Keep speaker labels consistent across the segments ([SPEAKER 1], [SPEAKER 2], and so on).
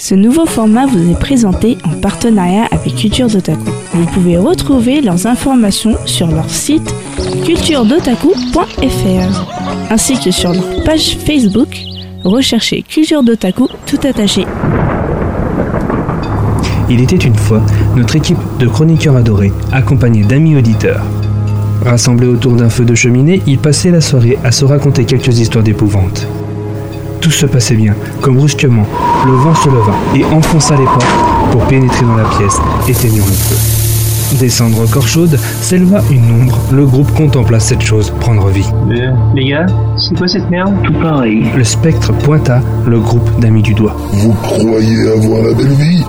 [SPEAKER 1] Ce nouveau format vous est présenté en partenariat avec Culture d'Otaku. Vous pouvez retrouver leurs informations sur leur site culturedotaku.fr ainsi que sur leur page Facebook. Recherchez Culture d'Otaku tout attaché.
[SPEAKER 2] Il était une fois notre équipe de chroniqueurs adorés, accompagnée d'amis auditeurs. Rassemblés autour d'un feu de cheminée, ils passaient la soirée à se raconter quelques histoires d'épouvante. Tout se passait bien, comme brusquement, le vent se leva et enfonça les portes pour pénétrer dans la pièce, éteignant le feu. Descendre encore chaude, s'éleva une ombre. Le groupe contempla cette chose prendre vie.
[SPEAKER 3] Euh, les gars, c'est quoi cette merde Tout pareil.
[SPEAKER 2] Le spectre pointa le groupe d'amis du doigt.
[SPEAKER 4] Vous croyez avoir la belle vie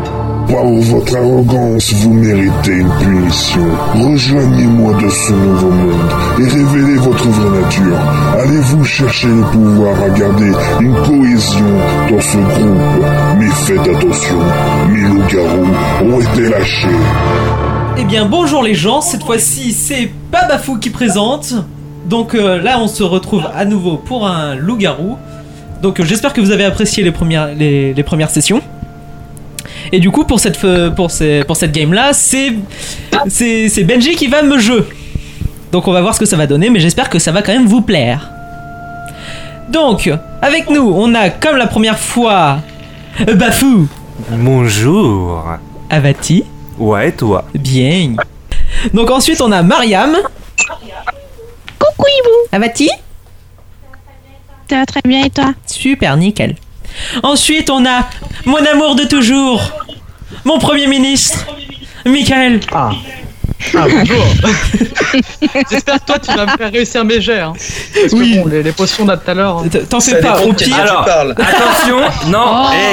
[SPEAKER 4] Par votre arrogance, vous méritez une punition. Rejoignez-moi de ce nouveau monde et révélez votre vraie nature. Allez-vous chercher le pouvoir à garder une cohésion dans ce groupe Mais faites attention, mes loups-garous ont été lâchés.
[SPEAKER 5] Eh bien bonjour les gens, cette fois-ci c'est Babafou qui présente. Donc euh, là on se retrouve à nouveau pour un loup-garou. Donc euh, j'espère que vous avez apprécié les premières, les, les premières sessions. Et du coup pour cette, fe- pour ces- pour cette game là c'est, c'est, c'est Benji qui va me jeu. Donc on va voir ce que ça va donner mais j'espère que ça va quand même vous plaire. Donc avec nous on a comme la première fois euh, Bafou,
[SPEAKER 6] Bonjour.
[SPEAKER 5] Avati,
[SPEAKER 6] Ouais, toi.
[SPEAKER 5] Bien. Donc ensuite on a Mariam.
[SPEAKER 7] Coucou Hibou
[SPEAKER 5] Avati
[SPEAKER 7] Ça va très bien et toi
[SPEAKER 5] Super, nickel. Ensuite, on a mon amour de toujours, mon premier ministre, Michael.
[SPEAKER 8] Ah bonjour J'espère que toi tu vas me faire réussir mes jets. Hein. Parce que
[SPEAKER 5] Oui.
[SPEAKER 8] bon, les, les potions d'à tout à l'heure. hein.
[SPEAKER 5] T- T'en fais
[SPEAKER 9] Ça
[SPEAKER 5] pas,
[SPEAKER 9] dépend
[SPEAKER 5] au
[SPEAKER 9] de quel
[SPEAKER 5] pire.
[SPEAKER 9] jeu tu
[SPEAKER 6] Alors.
[SPEAKER 9] parles.
[SPEAKER 6] Attention, non,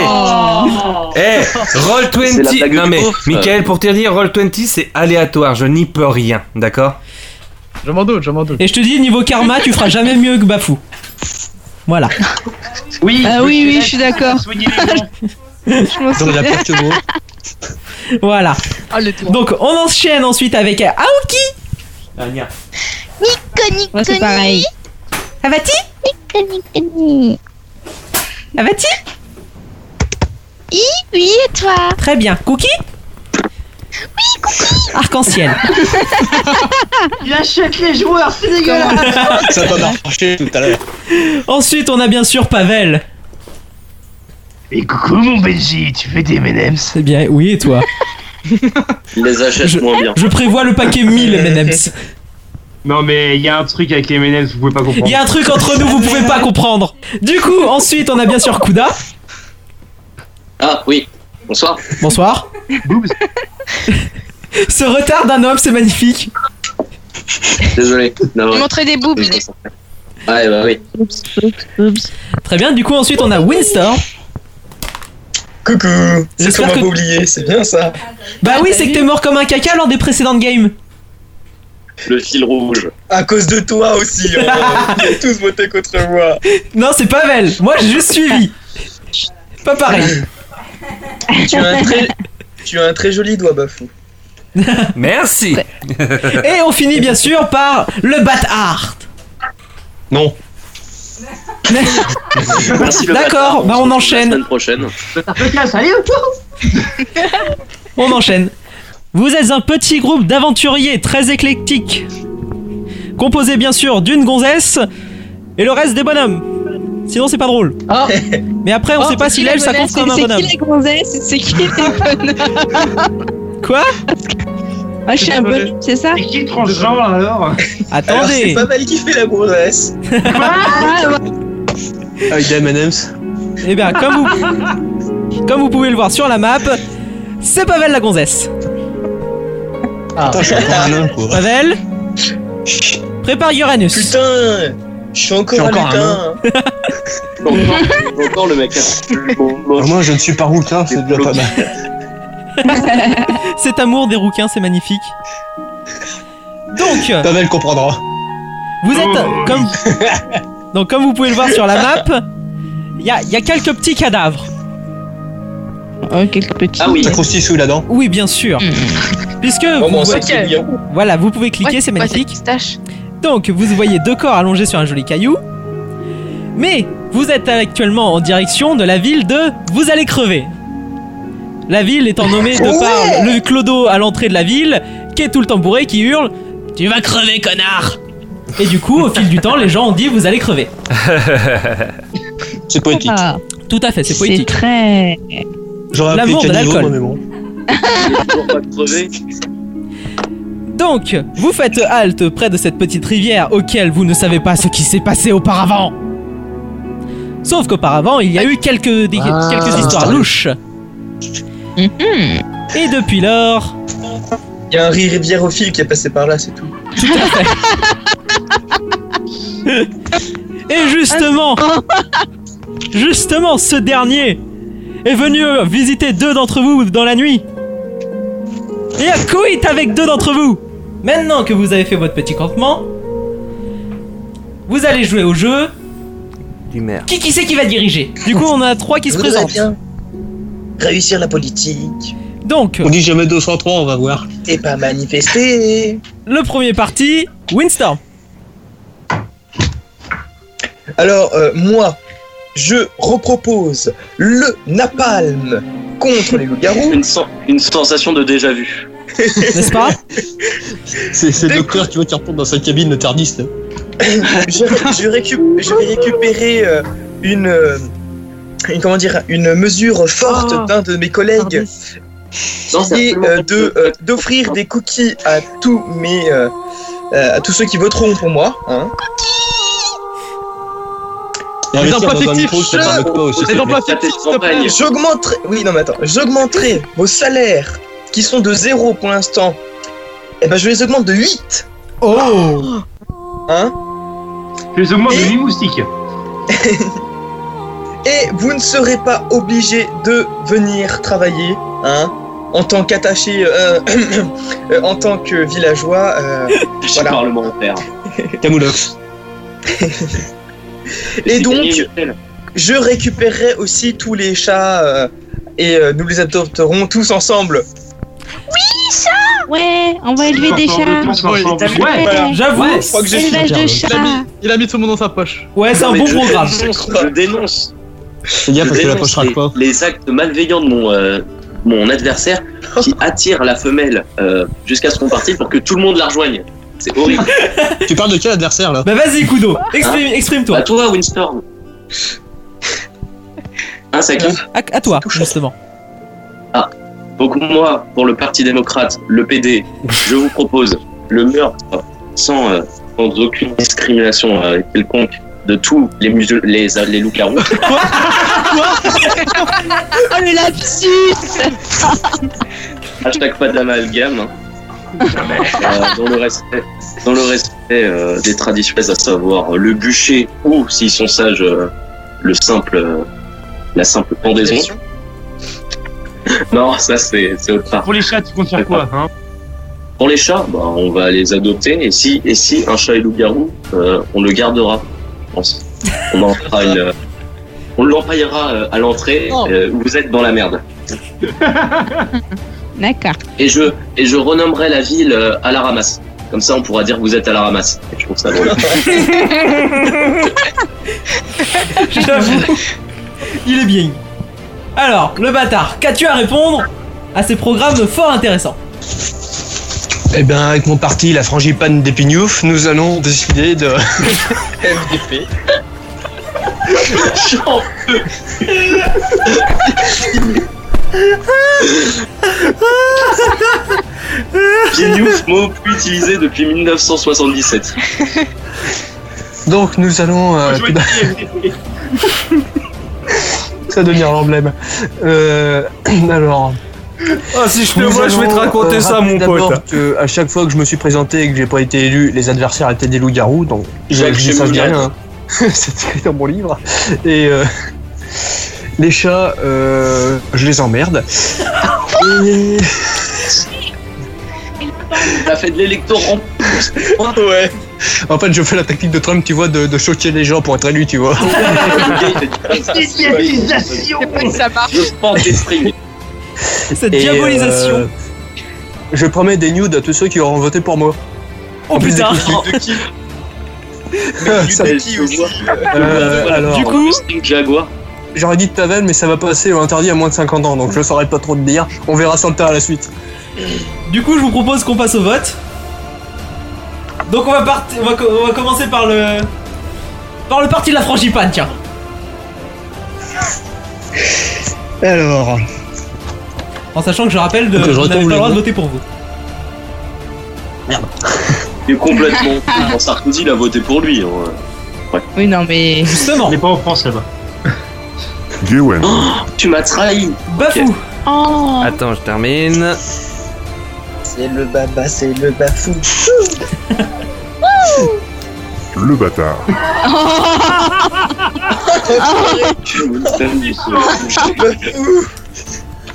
[SPEAKER 8] Oh.
[SPEAKER 6] eh, eh, Roll
[SPEAKER 9] C'est la
[SPEAKER 6] 20.
[SPEAKER 9] blague
[SPEAKER 6] Non
[SPEAKER 9] de
[SPEAKER 6] mais,
[SPEAKER 9] prof.
[SPEAKER 6] Michael, pour te dire, Roll 20, c'est aléatoire, je n'y peux rien, d'accord
[SPEAKER 8] Je m'en doute, je m'en doute.
[SPEAKER 5] Et je te dis, niveau karma, tu feras jamais mieux que Bafou. Voilà.
[SPEAKER 3] Oui,
[SPEAKER 7] Ah oui, oui, je suis d'accord.
[SPEAKER 3] soignez les gens.
[SPEAKER 7] Je m'en
[SPEAKER 9] Dans
[SPEAKER 7] souviens.
[SPEAKER 9] n'importe où.
[SPEAKER 5] Voilà.
[SPEAKER 8] Ah les tours.
[SPEAKER 5] Donc, on enchaîne ensuite avec Aoki.
[SPEAKER 7] Moi c'est pareil.
[SPEAKER 5] Avati Avati
[SPEAKER 10] Oui, et toi
[SPEAKER 5] Très bien. Cookie Oui, Cookie Arc-en-ciel.
[SPEAKER 11] J'achète les joueurs, c'est dégueulasse
[SPEAKER 9] Ça va marcher tout à l'heure.
[SPEAKER 5] Ensuite, on a bien sûr Pavel.
[SPEAKER 3] Et coucou mon Benji, tu fais des M&M's
[SPEAKER 5] C'est Eh bien, oui, et toi
[SPEAKER 9] Il les achète
[SPEAKER 5] Je-
[SPEAKER 9] moins bien.
[SPEAKER 5] Je prévois le paquet Ben 1000 M&M's.
[SPEAKER 3] Non mais il y a un truc avec les M&M's, vous pouvez pas
[SPEAKER 5] Il
[SPEAKER 3] comprendre.
[SPEAKER 5] y a un truc entre nous, vous pouvez pas comprendre. Du coup, ensuite, on a bien sûr Kuda.
[SPEAKER 9] Ah oui. Bonsoir.
[SPEAKER 5] Bonsoir.
[SPEAKER 3] Boobs.
[SPEAKER 5] Ce retard d'un homme, c'est magnifique.
[SPEAKER 9] Désolé. Non.
[SPEAKER 7] Montrer des boobs.
[SPEAKER 9] Ouais, bah oui.
[SPEAKER 5] Très bien, du coup, ensuite, on a Winston.
[SPEAKER 9] Coucou. C'est
[SPEAKER 5] J'espère
[SPEAKER 9] comment
[SPEAKER 5] que-
[SPEAKER 9] vous oublier, c'est bien ça.
[SPEAKER 5] Bah oui, c'est que t'es mort comme un caca lors des précédentes games.
[SPEAKER 9] Le fil rouge. À cause de toi aussi. hein. On a tous voté contre moi.
[SPEAKER 5] Non, c'est Pavel. Moi, j'ai juste suivi. Pas pareil.
[SPEAKER 9] Tu as un très, tu as un très joli doigt, Bafou.
[SPEAKER 6] Merci.
[SPEAKER 5] Et on finit bien sûr par le Bat Art.
[SPEAKER 9] Non. Merci, le
[SPEAKER 5] D'accord,
[SPEAKER 9] bâtard.
[SPEAKER 5] bah, on
[SPEAKER 9] se
[SPEAKER 5] enchaîne.
[SPEAKER 9] retrouve La semaine prochaine.
[SPEAKER 11] Allez, autour
[SPEAKER 5] On enchaîne. Vous êtes un petit groupe d'aventuriers très éclectiques, composé bien sûr d'une gonzesse et le reste des bonhommes. Sinon, c'est pas drôle.
[SPEAKER 8] Ah.
[SPEAKER 5] Mais après, on
[SPEAKER 8] Oh,
[SPEAKER 5] sait pas si
[SPEAKER 7] C'est
[SPEAKER 5] l'aile ça
[SPEAKER 7] qui
[SPEAKER 5] compte comme un
[SPEAKER 7] C'est
[SPEAKER 5] bonhomme.
[SPEAKER 7] qui les gonzesses C'est qui les bonhommes
[SPEAKER 5] Quoi
[SPEAKER 7] Ah, je suis un peu. C'est ça
[SPEAKER 3] Et qui transgenre alors
[SPEAKER 9] Alors, c'est
[SPEAKER 5] Attendez.
[SPEAKER 9] pas mal qui fait la grossesse.
[SPEAKER 7] Ah, ouais.
[SPEAKER 9] Avec des M&M's.
[SPEAKER 5] Eh bien, comme vous, comme vous pouvez le voir sur la map, c'est Pavel la gonzesse.
[SPEAKER 8] Ah.
[SPEAKER 5] Pavel, prépare Uranus.
[SPEAKER 9] Putain Je suis encore,
[SPEAKER 6] encore
[SPEAKER 9] un lutin Encore, encore le mec hein. absolument moche.
[SPEAKER 6] Moi, je ne suis pas
[SPEAKER 10] hein,
[SPEAKER 6] rouquin,
[SPEAKER 9] c'est déjà pas mal.
[SPEAKER 5] Cet amour des rouquins, c'est magnifique. Donc,
[SPEAKER 6] Pavel comprendra.
[SPEAKER 5] Vous êtes
[SPEAKER 9] Oh.
[SPEAKER 5] comme donc comme vous pouvez le voir sur la map, il y a, y a quelques petits cadavres.
[SPEAKER 7] Oh, quelques petits.
[SPEAKER 9] Ah oui,
[SPEAKER 6] croustille sous la dent.
[SPEAKER 5] Oui, bien sûr. Puisque
[SPEAKER 9] Mm. bon,
[SPEAKER 5] vous,
[SPEAKER 9] Oh, bon, c'est
[SPEAKER 8] Ok.
[SPEAKER 9] qui est bien.
[SPEAKER 5] voilà, vous pouvez cliquer, c'est magnifique. Donc vous voyez deux corps allongés sur un joli caillou. Mais vous êtes actuellement en direction de la ville de vous allez crever. La ville étant nommée de par le clodo à l'entrée de la ville, qui est tout le temps bourré, qui hurle Tu vas crever, connard Et du coup, au fil du temps, les gens ont dit Vous allez crever.
[SPEAKER 9] C'est poétique.
[SPEAKER 7] Ah,
[SPEAKER 5] Tout à fait, c'est
[SPEAKER 7] C'est
[SPEAKER 5] poétique.
[SPEAKER 7] très.
[SPEAKER 10] J'aurais appelé
[SPEAKER 5] L'amour de
[SPEAKER 10] Caniveau, moi,
[SPEAKER 5] l'alcool.
[SPEAKER 10] mais bon.
[SPEAKER 9] Toujours pas crevé.
[SPEAKER 5] Donc, vous faites halte près de cette petite rivière auquel vous ne savez pas ce qui s'est passé auparavant. Sauf qu'auparavant, il y a eu quelques, des-
[SPEAKER 9] Ah.
[SPEAKER 5] quelques histoires louches. Et depuis lors,
[SPEAKER 9] Il y a un riz rivière au fil qui est passé par là, c'est tout.
[SPEAKER 5] tout à fait. Et justement, justement, ce dernier est venu visiter deux d'entre vous dans la nuit. Et a coït avec deux d'entre vous. Maintenant que vous avez fait votre petit campement, vous allez jouer au jeu.
[SPEAKER 6] Du maire.
[SPEAKER 5] Qui, qui c'est qui va diriger Du coup, on a trois qui se
[SPEAKER 9] Je voudrais
[SPEAKER 5] présentent.
[SPEAKER 9] bien réussir la politique
[SPEAKER 5] Donc,
[SPEAKER 10] On dit jamais 203, on va voir.
[SPEAKER 9] et pas manifester.
[SPEAKER 5] le premier parti, Winston.
[SPEAKER 9] Alors, euh, moi, je repropose le napalm contre les loups-garous.
[SPEAKER 12] Une, sen- une sensation de déjà vu.
[SPEAKER 5] N'est-ce pas
[SPEAKER 10] C'est c'est
[SPEAKER 9] Dès
[SPEAKER 10] le cœur qui veut qu'il retourne dans sa cabine, hein. le TARDIS. là.
[SPEAKER 9] je, je récup- je vais récupérer euh, une, euh, une- comment dire une mesure forte
[SPEAKER 8] Ah.
[SPEAKER 9] d'un de mes collègues
[SPEAKER 12] Non,
[SPEAKER 9] qui est euh, de euh, d'offrir des cookies à tous mes euh, euh, à tous ceux qui voteront pour moi. hein.
[SPEAKER 10] Et
[SPEAKER 8] Les
[SPEAKER 10] investir
[SPEAKER 8] emplois
[SPEAKER 10] dans un
[SPEAKER 8] fictifs,
[SPEAKER 10] micro, ça
[SPEAKER 9] je-
[SPEAKER 10] permet pas aussi.
[SPEAKER 8] Les emplois
[SPEAKER 12] Ça, t'es
[SPEAKER 8] fictifs, s'il te plaît.
[SPEAKER 12] campagne.
[SPEAKER 9] J'augmenterai oui non mais attends j'augmenterai vos salaires qui sont de zéro pour l'instant. Et ben je les augmente de 8
[SPEAKER 5] Oh
[SPEAKER 9] hein
[SPEAKER 3] Je les augmente de 8 moustiques.
[SPEAKER 9] et vous ne serez pas obligé de venir travailler, hein, en tant qu'attaché, euh, euh, en tant que villageois. euh,
[SPEAKER 12] Je
[SPEAKER 9] Voilà.
[SPEAKER 12] parlementaire.
[SPEAKER 10] Camoulox.
[SPEAKER 9] et
[SPEAKER 12] J'ai
[SPEAKER 9] donc,
[SPEAKER 12] gagné, Michel.
[SPEAKER 9] je récupérerai aussi tous les chats euh, et euh, nous les adopterons tous ensemble.
[SPEAKER 7] Ouais, on va élever des chats.
[SPEAKER 3] Tous ensemble.
[SPEAKER 9] T'as vu
[SPEAKER 3] Ouais.
[SPEAKER 9] Voilà.
[SPEAKER 5] J'avoue,
[SPEAKER 9] Ouais, je crois que j'ai fini.
[SPEAKER 7] Élevage de
[SPEAKER 8] Il a,
[SPEAKER 7] chats.
[SPEAKER 8] mis, il a mis tout le monde dans sa poche.
[SPEAKER 5] ouais, c'est
[SPEAKER 12] Non,
[SPEAKER 5] un
[SPEAKER 12] mais
[SPEAKER 5] bon
[SPEAKER 12] je-
[SPEAKER 5] programme.
[SPEAKER 12] Je, je dénonce.
[SPEAKER 10] Fais gaffe
[SPEAKER 12] je
[SPEAKER 10] parce que la
[SPEAKER 12] dénonce
[SPEAKER 10] poche craque
[SPEAKER 12] les,
[SPEAKER 10] pas.
[SPEAKER 12] les actes malveillants de mon, euh, mon adversaire qui attire la femelle euh, jusqu'à ce qu'on partisse pour que tout le monde la rejoigne. C'est horrible.
[SPEAKER 10] Tu parles de quel adversaire là
[SPEAKER 5] Bah vas-y, Kudo, exprime- exprime-toi.
[SPEAKER 12] À Bah, toi, Winstorm. Hein, Saki
[SPEAKER 9] Bah,
[SPEAKER 5] à, à toi, justement.
[SPEAKER 12] Donc moi, pour le Parti démocrate, le PD, je vous propose le meurtre sans, euh, sans aucune discrimination euh, quelconque de tous les musul- les, les loups-garous.
[SPEAKER 7] Oh le lapsus
[SPEAKER 12] Hashtag pas d'amalgame. hein. Euh, dans le respect, dans le respect euh, des traditions, à savoir euh, le bûcher ou, s'ils sont sages, euh, le simple, euh, la simple pendaison. Non, ça c'est c'est autre part.
[SPEAKER 3] Pour les chats, tu comptes faire
[SPEAKER 6] Ah,
[SPEAKER 3] quoi hein
[SPEAKER 12] Pour les chats, bah, on va les adopter et si, et si un chat est loup-garou, euh, on le gardera. je pense. On en fera une, euh, on l'empaillera euh, à l'entrée.
[SPEAKER 8] Oh.
[SPEAKER 12] euh, vous êtes dans la merde.
[SPEAKER 7] D'accord.
[SPEAKER 12] Et je et je renommerai la ville euh, à la ramasse. Comme ça, on pourra dire vous êtes à la ramasse. Je trouve ça drôle.
[SPEAKER 5] J'avoue, il est bien. Alors, le bâtard, qu'as-tu à répondre à ces programmes fort intéressants
[SPEAKER 10] Eh ben, avec mon parti, la frangipane des Pignoufs, nous allons décider de.
[SPEAKER 9] FDP.
[SPEAKER 12] Pignouf, mot plus utilisé depuis 1977.
[SPEAKER 10] Donc, nous allons. euh,
[SPEAKER 3] Je vais te dire,
[SPEAKER 10] ça devient l'emblème. Euh, alors.
[SPEAKER 6] Ah, si je te
[SPEAKER 10] nous
[SPEAKER 6] vois, je vais te
[SPEAKER 10] allons,
[SPEAKER 6] raconter
[SPEAKER 10] euh,
[SPEAKER 6] ça,
[SPEAKER 10] rappeler
[SPEAKER 6] mon
[SPEAKER 10] d'abord
[SPEAKER 6] pote.
[SPEAKER 10] Que à chaque fois que je me suis présenté et que j'ai pas été élu, les adversaires étaient des loups-garous, donc
[SPEAKER 12] Je vais
[SPEAKER 10] je, je,
[SPEAKER 12] chez
[SPEAKER 10] ça, je dis
[SPEAKER 12] Mouliad.
[SPEAKER 10] rien. C'était dans mon livre. Et euh, les chats, euh, je les emmerde. Et-
[SPEAKER 12] T'as fait de l'électorat.
[SPEAKER 9] Ouais.
[SPEAKER 10] En fait, je fais la technique de Trump, tu vois, de, de choquer les gens pour être élu, tu vois.
[SPEAKER 11] Spécialisation
[SPEAKER 7] Ça marche.
[SPEAKER 12] Je porte des strings.
[SPEAKER 5] Cette
[SPEAKER 10] Et,
[SPEAKER 5] diabolisation.
[SPEAKER 10] euh, je promets des nudes à tous ceux qui auront voté pour moi.
[SPEAKER 5] oh putain
[SPEAKER 9] De qui
[SPEAKER 10] Ça-
[SPEAKER 9] De qui aussi
[SPEAKER 10] euh, alors,
[SPEAKER 5] Du coup,
[SPEAKER 12] String Jaguar.
[SPEAKER 10] J'aurais dit de ta vanne, mais ça va passer interdit à moins de 50 ans, donc je saurais pas trop te dire. On verra Santa à la suite.
[SPEAKER 5] Du coup, je vous propose qu'on passe au vote. Donc on va, part- on va, co- on va commencer par le par le parti de la frangipane, tiens.
[SPEAKER 13] Alors.
[SPEAKER 5] En sachant que je rappelle de,
[SPEAKER 13] Que je
[SPEAKER 5] vous
[SPEAKER 13] retrouve
[SPEAKER 5] n'avez pas
[SPEAKER 13] le
[SPEAKER 5] le droit de
[SPEAKER 13] nom.
[SPEAKER 5] voter pour vous.
[SPEAKER 12] Il est complètement fou. Quand Sarkozy, il a voté pour lui. hein.
[SPEAKER 7] Oui, non, mais.
[SPEAKER 5] Justement.
[SPEAKER 12] Il n'est pas en France là-bas.
[SPEAKER 4] Gwen.
[SPEAKER 12] tu m'as trahi.
[SPEAKER 5] Bafou.
[SPEAKER 7] Oh
[SPEAKER 6] Attends, je termine.
[SPEAKER 9] C'est le baba, c'est le bafou.
[SPEAKER 4] Le bâtard.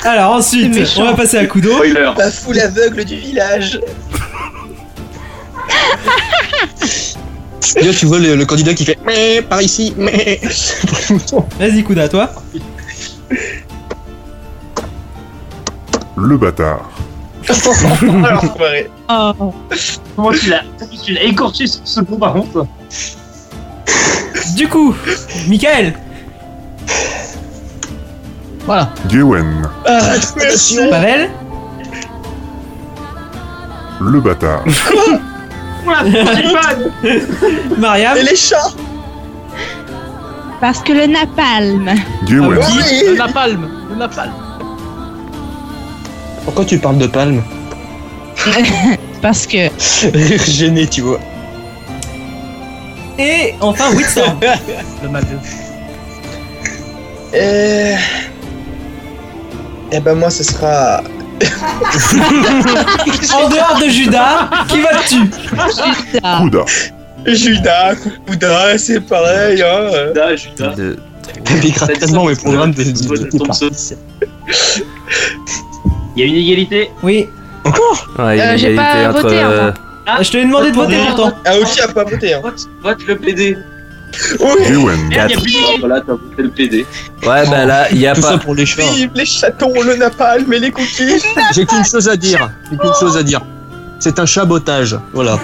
[SPEAKER 5] Alors ensuite,
[SPEAKER 9] C'est méchant.
[SPEAKER 5] on va passer à Kudo.
[SPEAKER 9] Bafou l'aveugle du village.
[SPEAKER 13] Là, tu vois le, le candidat qui fait mais par ici, mais.
[SPEAKER 5] Vas-y Kuda, toi.
[SPEAKER 4] Le bâtard.
[SPEAKER 7] Oh,
[SPEAKER 11] Comment tu l'as Tu l'as écorché ce ce coup par contre
[SPEAKER 5] Du coup, Michael.
[SPEAKER 13] Voilà.
[SPEAKER 4] Gwen.
[SPEAKER 5] Pavel.
[SPEAKER 4] Le bâtard.
[SPEAKER 5] Mariam.
[SPEAKER 9] Et les chats
[SPEAKER 7] Parce que le napalm.
[SPEAKER 4] Gwen.
[SPEAKER 8] Le napalm, le napalm.
[SPEAKER 13] Pourquoi tu parles de palme
[SPEAKER 7] Parce que.
[SPEAKER 13] Rire gêné, tu vois.
[SPEAKER 5] Et enfin Whitstorm. le mal de.
[SPEAKER 9] Euh... Eh ben moi ce sera...
[SPEAKER 5] en dehors de Judas, qui va tu
[SPEAKER 4] Couda.
[SPEAKER 9] Judas, Couda, c'est pareil hein.
[SPEAKER 12] Judas, Judas.
[SPEAKER 6] De...
[SPEAKER 13] tellement mes programmes de.
[SPEAKER 11] Il y a une égalité
[SPEAKER 5] Oui.
[SPEAKER 9] Encore
[SPEAKER 6] Ouais, Ah, il y a
[SPEAKER 11] Euh,
[SPEAKER 6] une
[SPEAKER 11] j'ai
[SPEAKER 6] égalité
[SPEAKER 11] pas
[SPEAKER 6] entre,
[SPEAKER 11] voté,
[SPEAKER 6] euh,
[SPEAKER 7] hein.
[SPEAKER 11] enfin. Ah,
[SPEAKER 5] je te l'ai demandé de voter pourtant.
[SPEAKER 9] Ah ok, a pas voté hein.
[SPEAKER 11] Vote, vote le PD.
[SPEAKER 4] Gwen.
[SPEAKER 11] Merde, y a
[SPEAKER 6] Quatre.
[SPEAKER 11] plus de vote.
[SPEAKER 12] Voilà, t'as voté le PD.
[SPEAKER 6] Ouais, bah là, il y a
[SPEAKER 13] Tout
[SPEAKER 6] pas.
[SPEAKER 13] ça pour les chats.
[SPEAKER 9] Oui, les chatons, le napalm et les cookies.
[SPEAKER 13] J'ai qu'une chose à dire. J'ai qu'une chose à dire. C'est un chabotage. Voilà.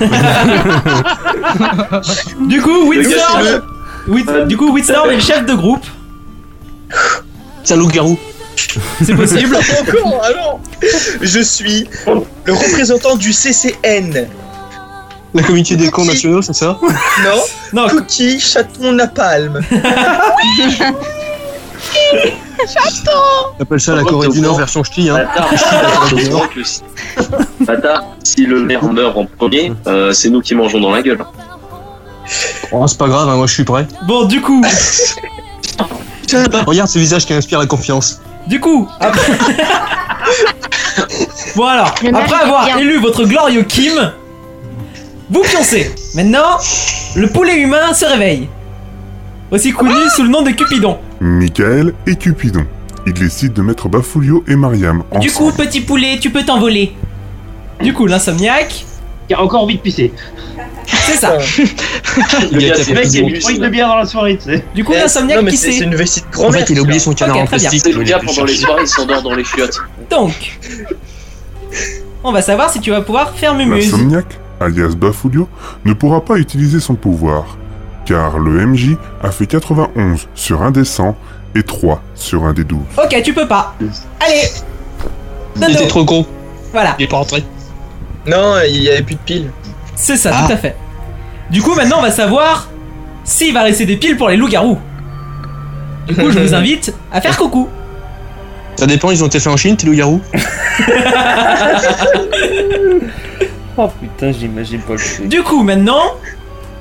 [SPEAKER 5] Du coup,
[SPEAKER 13] Le gars,
[SPEAKER 5] Whitstorm. Whit- Du coup, Whitstorm est le chef de groupe.
[SPEAKER 13] C'est un loup-garou.
[SPEAKER 5] C'est possible.
[SPEAKER 9] Encore, alors Je suis le représentant du CCN.
[SPEAKER 13] La communauté des cons nationaux, c'est ça
[SPEAKER 9] Non
[SPEAKER 5] Non.
[SPEAKER 9] Cookie, chaton, napalm.
[SPEAKER 7] J'attends
[SPEAKER 13] On appelle ça la Corée du Nord version ch'ti. Hein.
[SPEAKER 12] Je crois que si- Bâtard, si le maire meurt en premier, euh, c'est nous qui mangeons dans la gueule.
[SPEAKER 13] Oh, c'est pas grave, hein, moi je suis prêt.
[SPEAKER 5] Bon, du coup,
[SPEAKER 13] Regarde ce visage qui inspire la confiance.
[SPEAKER 5] du coup, après. bon alors,
[SPEAKER 7] Le maire
[SPEAKER 5] après
[SPEAKER 7] est
[SPEAKER 5] avoir
[SPEAKER 7] bien.
[SPEAKER 5] élu votre glorieux Kim, vous pioncez. Maintenant, le poulet humain se réveille. Aussi connu sous le nom de Cupidon.
[SPEAKER 4] Michael et Cupidon. Ils décident de mettre Bafoulio et Mariam
[SPEAKER 9] Ah.
[SPEAKER 4] ensemble.
[SPEAKER 5] Du coup, petit poulet, tu peux t'envoler. Du coup, l'insomniaque.
[SPEAKER 11] Qui a encore envie de pisser.
[SPEAKER 5] C'est ça.
[SPEAKER 11] Le
[SPEAKER 13] gars qui a
[SPEAKER 11] mec,
[SPEAKER 13] pris
[SPEAKER 11] il y a
[SPEAKER 13] du
[SPEAKER 11] une
[SPEAKER 13] bus,
[SPEAKER 11] pointe
[SPEAKER 13] là.
[SPEAKER 11] de bière dans la soirée, tu sais.
[SPEAKER 5] Du coup,
[SPEAKER 9] Eh, Non,
[SPEAKER 5] l'insomniaque
[SPEAKER 9] mais
[SPEAKER 5] qui
[SPEAKER 9] c'est
[SPEAKER 5] s'est.
[SPEAKER 9] c'est une vessie de
[SPEAKER 13] En
[SPEAKER 9] grand-mère.
[SPEAKER 13] fait, il a oublié son canard
[SPEAKER 5] Ok,
[SPEAKER 13] en
[SPEAKER 5] très bien.
[SPEAKER 13] plastique.
[SPEAKER 12] C'est
[SPEAKER 13] il
[SPEAKER 12] le
[SPEAKER 13] voulait
[SPEAKER 12] gars
[SPEAKER 13] plus
[SPEAKER 12] pendant les
[SPEAKER 13] chercher.
[SPEAKER 12] soirées, il s'endort dans les chiottes.
[SPEAKER 5] Donc, on va savoir si tu vas pouvoir faire Mumuse.
[SPEAKER 4] L'insomniaque, alias Bafoulio, ne pourra pas utiliser son pouvoir, car le MJ a fait 91 sur un des 100 et 3 sur un des 12.
[SPEAKER 5] Ok, tu peux pas. Allez.
[SPEAKER 13] Il
[SPEAKER 5] Dodo.
[SPEAKER 13] était trop con.
[SPEAKER 5] Voilà,
[SPEAKER 13] Il est pas rentré.
[SPEAKER 9] Non, il y avait plus de piles.
[SPEAKER 5] c'est ça,
[SPEAKER 13] Ah.
[SPEAKER 5] tout à fait. Du coup, maintenant, on va savoir s'il va rester des piles pour les loups-garous. Du coup, je vous invite à faire coucou.
[SPEAKER 13] Ça dépend, ils ont été faits en Chine, tes loups-garous.
[SPEAKER 6] Oh putain, j'imagine pas le truc.
[SPEAKER 5] Du coup, maintenant,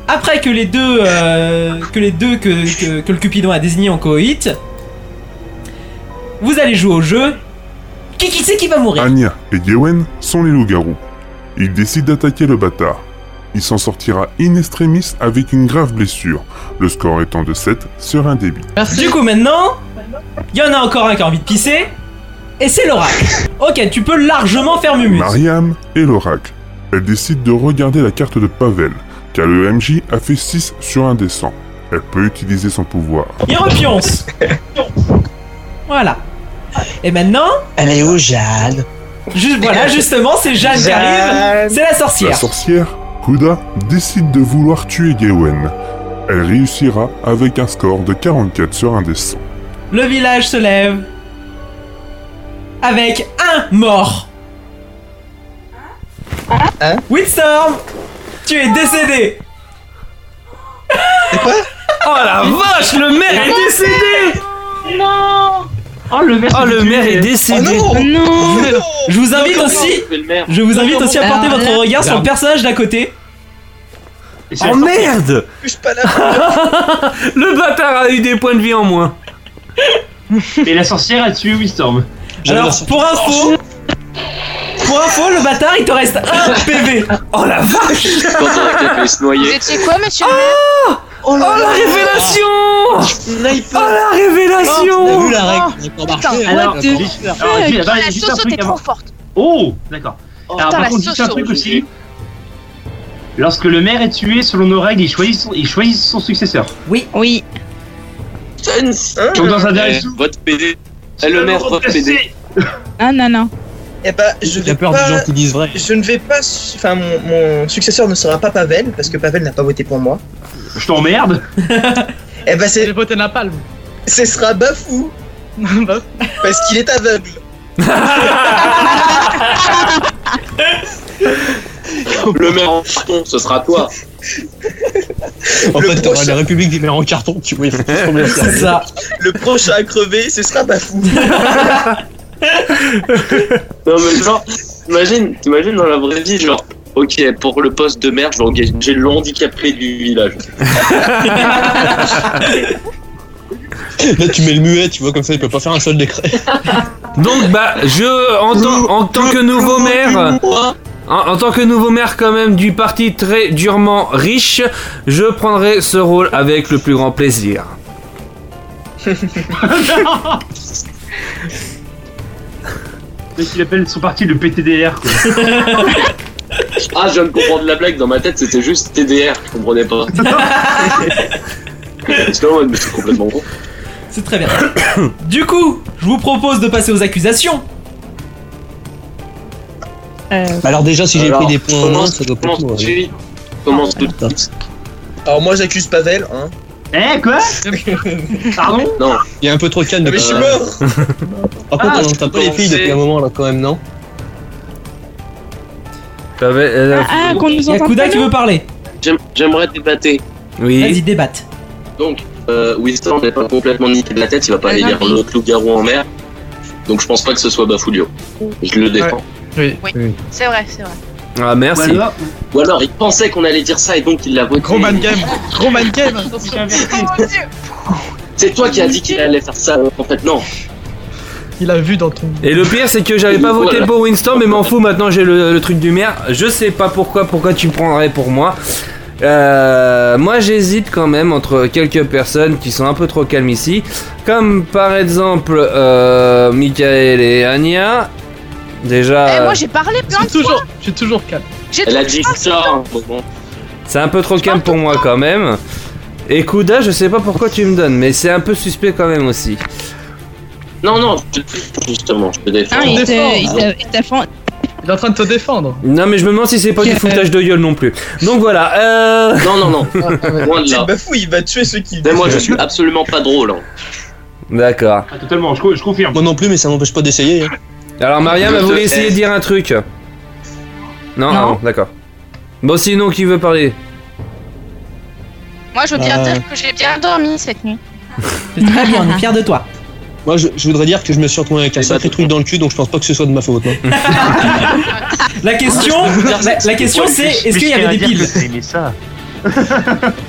[SPEAKER 5] après que les deux, euh, que les deux que, que, que le Cupidon a désigné en coït, vous allez jouer au jeu. Qui qui c'est qui va mourir
[SPEAKER 4] Anya et Gwen sont les loups-garous. Ils décident d'attaquer le bâtard. Il s'en sortira in extremis avec une grave blessure, le score étant de 7 sur un débit.
[SPEAKER 8] Merci.
[SPEAKER 5] Du coup, maintenant, il y en a encore un qui a envie de pisser. Et c'est l'oracle. Ok, tu peux largement faire mumuse.
[SPEAKER 4] Mariam et l'oracle. Elle décide de regarder la carte de Pavel, car le MJ a fait 6 sur un des 100. Elle peut utiliser son pouvoir.
[SPEAKER 5] Il repionce. Voilà. Et maintenant,
[SPEAKER 13] Elle est où, Jeanne
[SPEAKER 5] ju- voilà, justement, c'est Jeanne qui arrive. C'est la
[SPEAKER 4] La
[SPEAKER 5] sorcière.
[SPEAKER 4] sorcière, Kuda, décide de vouloir tuer Gewen. Elle réussira avec un score de 44 sur un des 100.
[SPEAKER 5] le village se lève avec un mort. Windstorm, tu es décédé.
[SPEAKER 9] quoi
[SPEAKER 6] Oh la vache, le maire est décédé
[SPEAKER 7] Non
[SPEAKER 6] Oh le maire, est
[SPEAKER 9] Oh
[SPEAKER 6] décédé
[SPEAKER 7] Non
[SPEAKER 5] Je vous invite
[SPEAKER 6] Non,
[SPEAKER 5] aussi,
[SPEAKER 6] non, non.
[SPEAKER 5] je vous invite aussi à porter
[SPEAKER 6] Alors
[SPEAKER 5] votre
[SPEAKER 6] là-
[SPEAKER 5] regard sur le personnage d'à côté.
[SPEAKER 6] Oh merde Le bâtard a eu des points de vie en moins.
[SPEAKER 11] Et la sorcière a tué Wistorm.
[SPEAKER 5] Alors pour info, pour info, le bâtard, il te reste un PV. Oh la vache
[SPEAKER 7] Vous étiez quoi, monsieur le maire
[SPEAKER 6] Oh la révélation
[SPEAKER 9] Sniper Oh,
[SPEAKER 6] Oh la révélation
[SPEAKER 11] On a vu la règle, on a pas
[SPEAKER 7] Putain,
[SPEAKER 11] remarqué, hein, on
[SPEAKER 7] what
[SPEAKER 11] a
[SPEAKER 7] the
[SPEAKER 11] pas remarqué. Alors, juste- attends,
[SPEAKER 7] fuck
[SPEAKER 11] il y a
[SPEAKER 7] La
[SPEAKER 11] juste un
[SPEAKER 7] sauce
[SPEAKER 11] truc
[SPEAKER 7] était
[SPEAKER 11] avant.
[SPEAKER 7] trop forte
[SPEAKER 11] Oh D'accord. Alors
[SPEAKER 7] putain,
[SPEAKER 11] par
[SPEAKER 7] la
[SPEAKER 11] contre, juste un
[SPEAKER 7] sauce
[SPEAKER 11] truc
[SPEAKER 7] au
[SPEAKER 11] aussi. Lorsque le maire est tué, selon nos règles, il choisit son, il choisit son successeur.
[SPEAKER 5] Oui.
[SPEAKER 7] Oui.
[SPEAKER 11] Donc dans un dernier
[SPEAKER 12] Eh, vote PD. Eh, le maire vote PD.
[SPEAKER 7] Ah non, non.
[SPEAKER 9] Eh ben, je vais
[SPEAKER 13] peur
[SPEAKER 9] pas...
[SPEAKER 13] des gens qui disent vrai.
[SPEAKER 9] Je ne vais pas... su- Enfin, mon, mon successeur ne sera pas Pavel, parce que Pavel n'a pas voté pour moi.
[SPEAKER 11] Je t'emmerde
[SPEAKER 9] Eh ben, c'est...
[SPEAKER 7] Euh,
[SPEAKER 8] J'ai voté Napalm.
[SPEAKER 9] Ce sera Bafou Parce qu'il est aveugle
[SPEAKER 12] Le maire en carton, ce sera toi.
[SPEAKER 13] En fait, t'auras la République des mères en carton, tu vois.
[SPEAKER 5] C'est ça.
[SPEAKER 9] Le prochain à crever, ce sera Bafou
[SPEAKER 12] Non mais genre, t'imagines, t'imagines dans la vraie vie, genre, ok, pour le poste de maire, je vais engager le handicapé du village.
[SPEAKER 13] Là, tu mets le muet, tu vois, comme ça, il peut pas faire un seul décret.
[SPEAKER 6] Donc bah je en, tant- en tant que nouveau maire euh, en, en tant que nouveau maire quand même du parti très durement riche, je prendrai ce rôle avec le plus grand plaisir.
[SPEAKER 11] C'est ce qu'il appelle son parti le PTDR. Quoi.
[SPEAKER 12] Ah, je viens de comprendre la blague, dans ma tête c'était juste TDR, je comprenais pas. Parce que là, en mode, mais c'est complètement con.
[SPEAKER 5] C'est très bien. du coup, je vous propose de passer aux accusations.
[SPEAKER 6] Euh,
[SPEAKER 13] Bah Alors, déjà, si j'ai
[SPEAKER 12] Alors,
[SPEAKER 13] pris des points en moins,
[SPEAKER 12] commence-
[SPEAKER 13] ça doit pas
[SPEAKER 12] commence
[SPEAKER 13] tout. hein.
[SPEAKER 12] tout de
[SPEAKER 13] ouais. Ah,
[SPEAKER 12] suite. Commence tout de suite.
[SPEAKER 9] Alors moi j'accuse Pavel, hein
[SPEAKER 11] Eh quoi Pardon
[SPEAKER 12] Non.
[SPEAKER 13] Il y a un peu trop de calme
[SPEAKER 9] Mais je suis
[SPEAKER 13] euh,
[SPEAKER 9] mort Ah,
[SPEAKER 13] Par contre, on entend pas les filles depuis un moment, là, quand même, non
[SPEAKER 7] Ah, qu'on nous
[SPEAKER 5] Il y a
[SPEAKER 7] entende
[SPEAKER 5] Kuda
[SPEAKER 7] pas,
[SPEAKER 5] qui
[SPEAKER 7] nous
[SPEAKER 5] veut parler.
[SPEAKER 12] J'aime- J'aimerais débattre.
[SPEAKER 5] Vas-y, débatte.
[SPEAKER 12] Donc, euh, Winston n'est pas complètement niqué de la tête, il va pas aller
[SPEAKER 7] Ah,
[SPEAKER 12] lire
[SPEAKER 7] oui.
[SPEAKER 12] l'autre loup-garou en mer. Donc je pense pas que ce soit Bafoulio. Je le défends.
[SPEAKER 8] Oui.
[SPEAKER 7] Oui, c'est vrai, c'est vrai.
[SPEAKER 6] Ah merci.
[SPEAKER 11] Bah,
[SPEAKER 12] Ou alors, ou alors, il pensait qu'on allait dire ça et donc il l'a voté.
[SPEAKER 8] Gros man game. Gros man
[SPEAKER 7] Ah,
[SPEAKER 8] game.
[SPEAKER 7] Oh,
[SPEAKER 12] C'est toi qui as dit qu'il allait faire ça, en fait non.
[SPEAKER 8] Il a vu dans ton.
[SPEAKER 6] Et le pire c'est que j'avais pas voté
[SPEAKER 12] Voilà.
[SPEAKER 6] pour Winston mais m'en fous maintenant j'ai le, le truc du maire. Je sais pas pourquoi pourquoi tu prendrais pour moi. Euh, moi j'hésite quand même entre quelques personnes qui sont un peu trop calmes ici. Comme par exemple euh, Michael et Anya. Déjà
[SPEAKER 7] Eh, moi
[SPEAKER 6] euh,
[SPEAKER 7] j'ai parlé plein de
[SPEAKER 8] Toujours,
[SPEAKER 7] fois
[SPEAKER 8] je suis toujours calme.
[SPEAKER 7] J'ai
[SPEAKER 6] Elle a
[SPEAKER 7] toujours
[SPEAKER 6] dit
[SPEAKER 7] parlé
[SPEAKER 12] ça, hein.
[SPEAKER 7] plein de
[SPEAKER 6] c'est un peu trop calme pour moi quand même. Et Kuda je sais pas pourquoi tu me donnes mais c'est un peu suspect quand même aussi.
[SPEAKER 12] Non, non, je te défends, justement, je te défends.
[SPEAKER 7] fois. Hein, il te- il
[SPEAKER 12] Ah,
[SPEAKER 7] te- il te fend-
[SPEAKER 8] Il est en train de te défendre.
[SPEAKER 6] Non mais je me demande si c'est pas du foutage de gueule non plus. Donc voilà. Euh...
[SPEAKER 12] Non non non. Loin de là.
[SPEAKER 9] Bafou il va tuer ceux qui...
[SPEAKER 12] Mais moi je suis absolument pas drôle. hein.
[SPEAKER 6] D'accord.
[SPEAKER 11] Ah, Totalement, je, co- je confirme.
[SPEAKER 13] Moi non plus, mais ça m'empêche pas d'essayer. hein.
[SPEAKER 6] Alors Mariam,
[SPEAKER 12] Je
[SPEAKER 6] elle
[SPEAKER 12] te
[SPEAKER 6] voulait
[SPEAKER 12] laisse.
[SPEAKER 6] essayer de dire un truc. Non,
[SPEAKER 7] Non.
[SPEAKER 6] ah bon, d'accord. Bon, sinon, qui veut parler
[SPEAKER 7] Moi je veux bien
[SPEAKER 13] Euh.
[SPEAKER 7] dire que j'ai bien dormi cette nuit.
[SPEAKER 5] C'est très bien, on est fiers de toi.
[SPEAKER 13] Moi, je, je voudrais dire que je me suis retrouvé avec un sacré truc dans le cul, donc je pense pas que ce soit de ma faute. hein. non.
[SPEAKER 5] La question, la, la question c'est est-ce qu'il y avait des piles
[SPEAKER 11] Mais ça.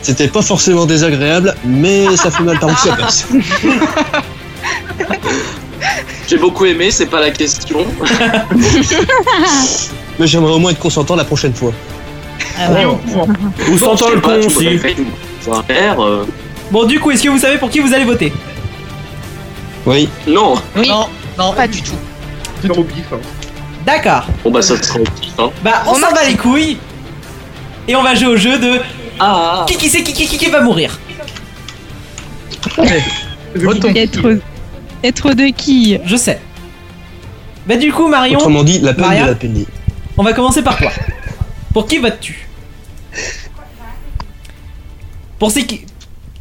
[SPEAKER 13] C'était pas forcément désagréable, mais ça fait mal par où ça passe.
[SPEAKER 12] J'ai beaucoup aimé, c'est pas la question.
[SPEAKER 13] Mais j'aimerais au moins être consentant la prochaine fois.
[SPEAKER 11] Oh.
[SPEAKER 6] Ou s'entend
[SPEAKER 12] Je
[SPEAKER 6] le
[SPEAKER 12] sais pas,
[SPEAKER 6] con
[SPEAKER 12] tu
[SPEAKER 6] aussi.
[SPEAKER 12] pourrais faire une- un air, euh,
[SPEAKER 5] Bon, du coup, est-ce que vous savez pour qui vous allez voter
[SPEAKER 13] Oui.
[SPEAKER 12] Non.
[SPEAKER 7] Oui.
[SPEAKER 8] Non, non.
[SPEAKER 7] Pas du tout.
[SPEAKER 11] Putain, au pif, hein.
[SPEAKER 5] D'accord.
[SPEAKER 12] Bon bah ça sera au pif, hein.
[SPEAKER 5] Bah, on s'en bat les couilles et on va jouer au jeu de
[SPEAKER 12] Ah.
[SPEAKER 5] qui qui c'est qui qui qui qui va mourir.
[SPEAKER 8] Retourne.
[SPEAKER 7] Il y a trop,
[SPEAKER 6] hein.
[SPEAKER 7] il y a trop de qui
[SPEAKER 5] Je sais. Bah, du coup, Marion,
[SPEAKER 13] Autrement dit, la peine
[SPEAKER 5] Mariam
[SPEAKER 13] de la peine.
[SPEAKER 5] on va commencer par toi. Pour qui votes-tu Pour c'est qui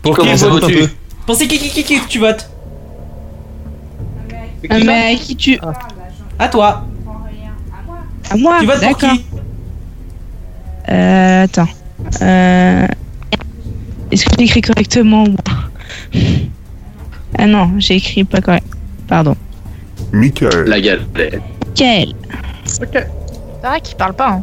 [SPEAKER 6] Pour qui
[SPEAKER 13] Comment ça vote un
[SPEAKER 6] votes-tu
[SPEAKER 13] peu
[SPEAKER 9] bah,
[SPEAKER 5] Pour c'est qui qui qui qui que tu votes
[SPEAKER 1] Euh, mais à qui tu.
[SPEAKER 5] À toi
[SPEAKER 1] À moi
[SPEAKER 5] Tu votes
[SPEAKER 1] Ah,
[SPEAKER 5] pour
[SPEAKER 1] d'accord.
[SPEAKER 5] qui
[SPEAKER 1] Euh, attends. Euh... Est-ce que j'ai écrit correctement ou pas Ah non, j'ai écrit pas correct. Pardon.
[SPEAKER 4] Michael.
[SPEAKER 12] La galère.
[SPEAKER 1] Quel
[SPEAKER 9] Ok.
[SPEAKER 7] C'est vrai qu'il parle pas. Hein.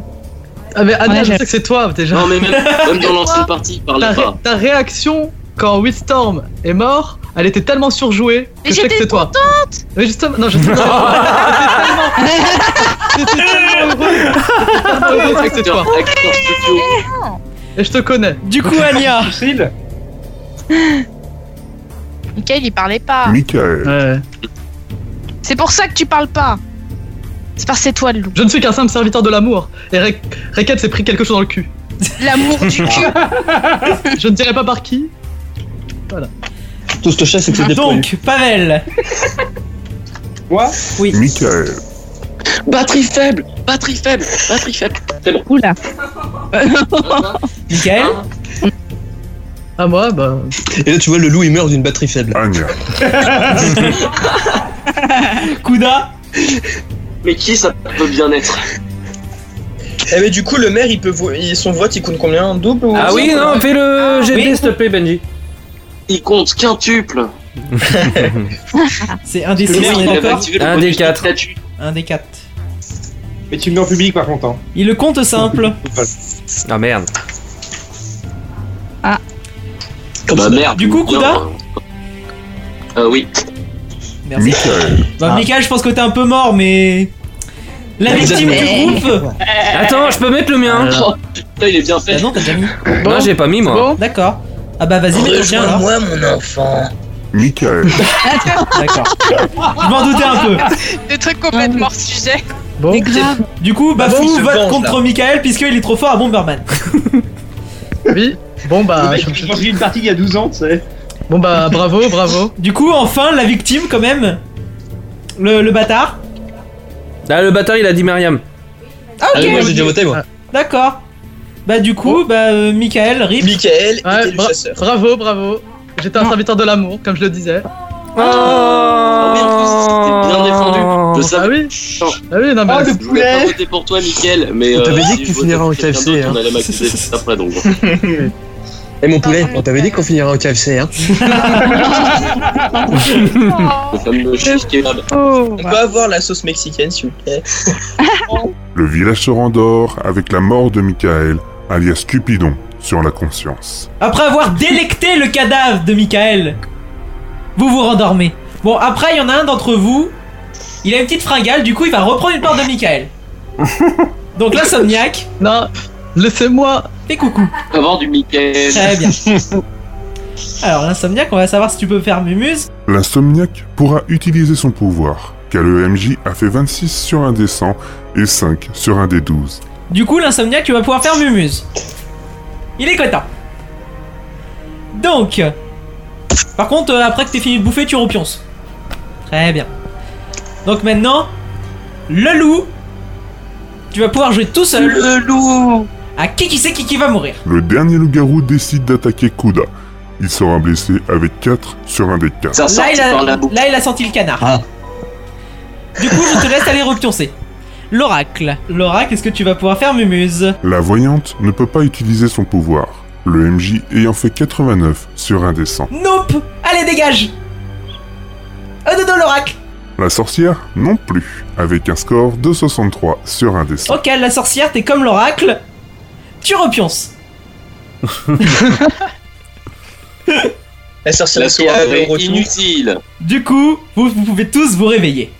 [SPEAKER 9] Ah mais Anna,
[SPEAKER 7] Ouais,
[SPEAKER 9] je
[SPEAKER 7] j'ai-
[SPEAKER 9] sais que c'est toi déjà.
[SPEAKER 12] Non, mais même, même dans l'ancienne partie, il parlait
[SPEAKER 9] ta, ré-
[SPEAKER 12] pas.
[SPEAKER 9] ta réaction quand Whitstorm est mort, elle était tellement surjouée que
[SPEAKER 7] Mais
[SPEAKER 9] je sais que
[SPEAKER 7] j'étais
[SPEAKER 9] c'est toi.
[SPEAKER 7] contente
[SPEAKER 9] Mais justement, non, je sais pas. J'étais tellement heureux. J'étais tellement heureux, je sais que c'est toi. Et je te connais.
[SPEAKER 5] Du coup, Anya.
[SPEAKER 7] Michael, il parlait pas.
[SPEAKER 4] Michael.
[SPEAKER 7] C'est pour ça que tu parles pas. C'est parce que c'est toi le loup.
[SPEAKER 9] Je ne suis qu'un simple serviteur de l'amour. Et Re- Rekep s'est pris quelque chose dans le cul.
[SPEAKER 7] L'amour du cul.
[SPEAKER 9] je ne dirai pas par qui. Voilà.
[SPEAKER 14] Tout ce que je sais, c'est
[SPEAKER 15] Ah,
[SPEAKER 14] que c'est des
[SPEAKER 5] Donc, Pavel
[SPEAKER 11] Moi
[SPEAKER 5] Oui.
[SPEAKER 4] Michael.
[SPEAKER 12] Batterie faible Batterie faible Batterie faible C'est bon.
[SPEAKER 1] Oula.
[SPEAKER 5] Michael
[SPEAKER 9] Ah moi, bah.
[SPEAKER 14] Et là, tu vois, le loup, il meurt d'une batterie faible.
[SPEAKER 5] Kouda
[SPEAKER 12] Mais qui ça peut bien être
[SPEAKER 15] Eh mais du coup le maire il peut vo- il- son vote il compte combien double ou
[SPEAKER 6] Ah oui, non, fais le GD,
[SPEAKER 15] oui.
[SPEAKER 6] s'il te plaît, Benji.
[SPEAKER 12] Il compte quintuple
[SPEAKER 5] C'est un des
[SPEAKER 11] Le
[SPEAKER 5] six,
[SPEAKER 11] maire,
[SPEAKER 5] il est
[SPEAKER 11] il avait
[SPEAKER 5] d'accord
[SPEAKER 11] activé le Un bonus des quatre.
[SPEAKER 5] Un des quatre.
[SPEAKER 11] Mais tu me mets en public par contre. hein.
[SPEAKER 5] Il le compte simple.
[SPEAKER 6] Ah merde.
[SPEAKER 1] Ah.
[SPEAKER 12] Bah merde
[SPEAKER 5] Du coup,
[SPEAKER 12] bien,
[SPEAKER 5] Kouda
[SPEAKER 12] euh, euh, oui.
[SPEAKER 5] Merci. Bah, Michael, je pense que t'es un peu mort, mais. La
[SPEAKER 6] Mais vous
[SPEAKER 5] victime
[SPEAKER 6] êtes-
[SPEAKER 5] du groupe
[SPEAKER 6] Attends, je peux mettre le mien
[SPEAKER 5] Ah.
[SPEAKER 12] Oh, il est bien fait.
[SPEAKER 5] Bah non, t'as déjà mis.
[SPEAKER 6] Non, j'ai pas mis moi.
[SPEAKER 5] D'accord. Ah bah vas-y, mets ton chien alors.
[SPEAKER 15] Rejoins-moi mon enfant.
[SPEAKER 4] Michael.
[SPEAKER 5] D'accord. Je m'en doutais un peu.
[SPEAKER 7] Des trucs complètement hors sujet.
[SPEAKER 9] Bon.
[SPEAKER 5] Du coup,
[SPEAKER 9] Bah
[SPEAKER 5] Bafou
[SPEAKER 9] bon, il se
[SPEAKER 5] vote
[SPEAKER 9] venge,
[SPEAKER 5] contre
[SPEAKER 9] là.
[SPEAKER 5] Michael puisqu'il est trop fort à Bomberman.
[SPEAKER 9] Oui. Bon
[SPEAKER 11] Le
[SPEAKER 9] bah.
[SPEAKER 11] mec,
[SPEAKER 9] je-
[SPEAKER 11] il pense qu'il y a une partie il y a 12 ans, tu sais.
[SPEAKER 9] Bon bah bravo, bravo.
[SPEAKER 5] Du coup, enfin, la victime quand même. Le, le bâtard.
[SPEAKER 6] Là, le bâtard, il a dit Mariam.
[SPEAKER 5] Ah, ok.
[SPEAKER 14] moi, j'ai déjà voté, moi.
[SPEAKER 5] D'accord. Bah, du coup, bah, euh, Michael, rip.
[SPEAKER 15] Michael,
[SPEAKER 9] Ouais, bra- bravo, bravo. J'étais un serviteur de l'amour, comme je le disais.
[SPEAKER 12] Bien défendu. Je savais.
[SPEAKER 9] Ah oui
[SPEAKER 12] Non.
[SPEAKER 9] Ah oui, non mais.
[SPEAKER 12] je voulais pas voter pour toi, Mickaël, mais.
[SPEAKER 14] On t'avait dit que tu
[SPEAKER 12] Euh, je votais
[SPEAKER 14] finirais
[SPEAKER 12] pour
[SPEAKER 14] en
[SPEAKER 12] quelqu'un
[SPEAKER 14] KFC,
[SPEAKER 12] d'autre,
[SPEAKER 14] hein.
[SPEAKER 12] On allait m'accuser juste après, donc. bon.
[SPEAKER 14] Et
[SPEAKER 9] Eh,
[SPEAKER 14] mon poulet, on t'avait dit qu'on finirait au KFC, hein.
[SPEAKER 7] Oh.
[SPEAKER 12] C'est comme le shish kebab.
[SPEAKER 15] On peut
[SPEAKER 7] bah.
[SPEAKER 15] avoir la sauce mexicaine s'il vous plaît.
[SPEAKER 4] Le village se rendort avec la mort de Michael, alias Cupidon, sur la conscience.
[SPEAKER 5] Après avoir délecté le cadavre de Michael, vous vous rendormez. Bon, après, il y en a un d'entre vous. Il a une petite fringale, du coup, il va reprendre une part de Michael. Donc, l'insomniaque.
[SPEAKER 9] Non, laissez-moi.
[SPEAKER 5] Fais coucou.
[SPEAKER 12] Avoir du Mickaël.
[SPEAKER 5] Très bien. Alors, l'insomniaque, on va savoir si tu peux faire Mumuse.
[SPEAKER 4] L'insomniaque pourra utiliser son pouvoir, car le MJ a fait 26 sur un des 100 et 5 sur un des 12.
[SPEAKER 5] Du coup, l'insomniaque, tu vas pouvoir faire Mumuse. Il est content. Donc. Par contre, euh, après que t'aies fini de bouffer, tu repionces. Très bien. Donc maintenant, le loup. Tu vas pouvoir jouer tout seul. Le loup. À qui qui sait qui qui va mourir
[SPEAKER 4] Le dernier loup-garou décide d'attaquer Kuda. Il sera blessé avec 4 sur un des 4.
[SPEAKER 5] là, il a, là, il a senti le canard. Du coup, je te laisse aller repioncer. L'oracle. L'oracle, est-ce que tu vas pouvoir faire Mumuse
[SPEAKER 4] La voyante ne peut pas utiliser son pouvoir, le MJ ayant fait 89 sur un des 100.
[SPEAKER 5] Nope Allez, dégage Un dodo l'oracle
[SPEAKER 4] La sorcière non plus, avec un score de 63 sur un des 100.
[SPEAKER 5] Ok, la sorcière, t'es comme l'oracle. Tu repionces.
[SPEAKER 15] La sorcière
[SPEAKER 12] La euh,
[SPEAKER 15] qui a le
[SPEAKER 12] soirée
[SPEAKER 15] retour.
[SPEAKER 12] inutile.
[SPEAKER 5] Du coup, vous, vous pouvez tous vous réveiller.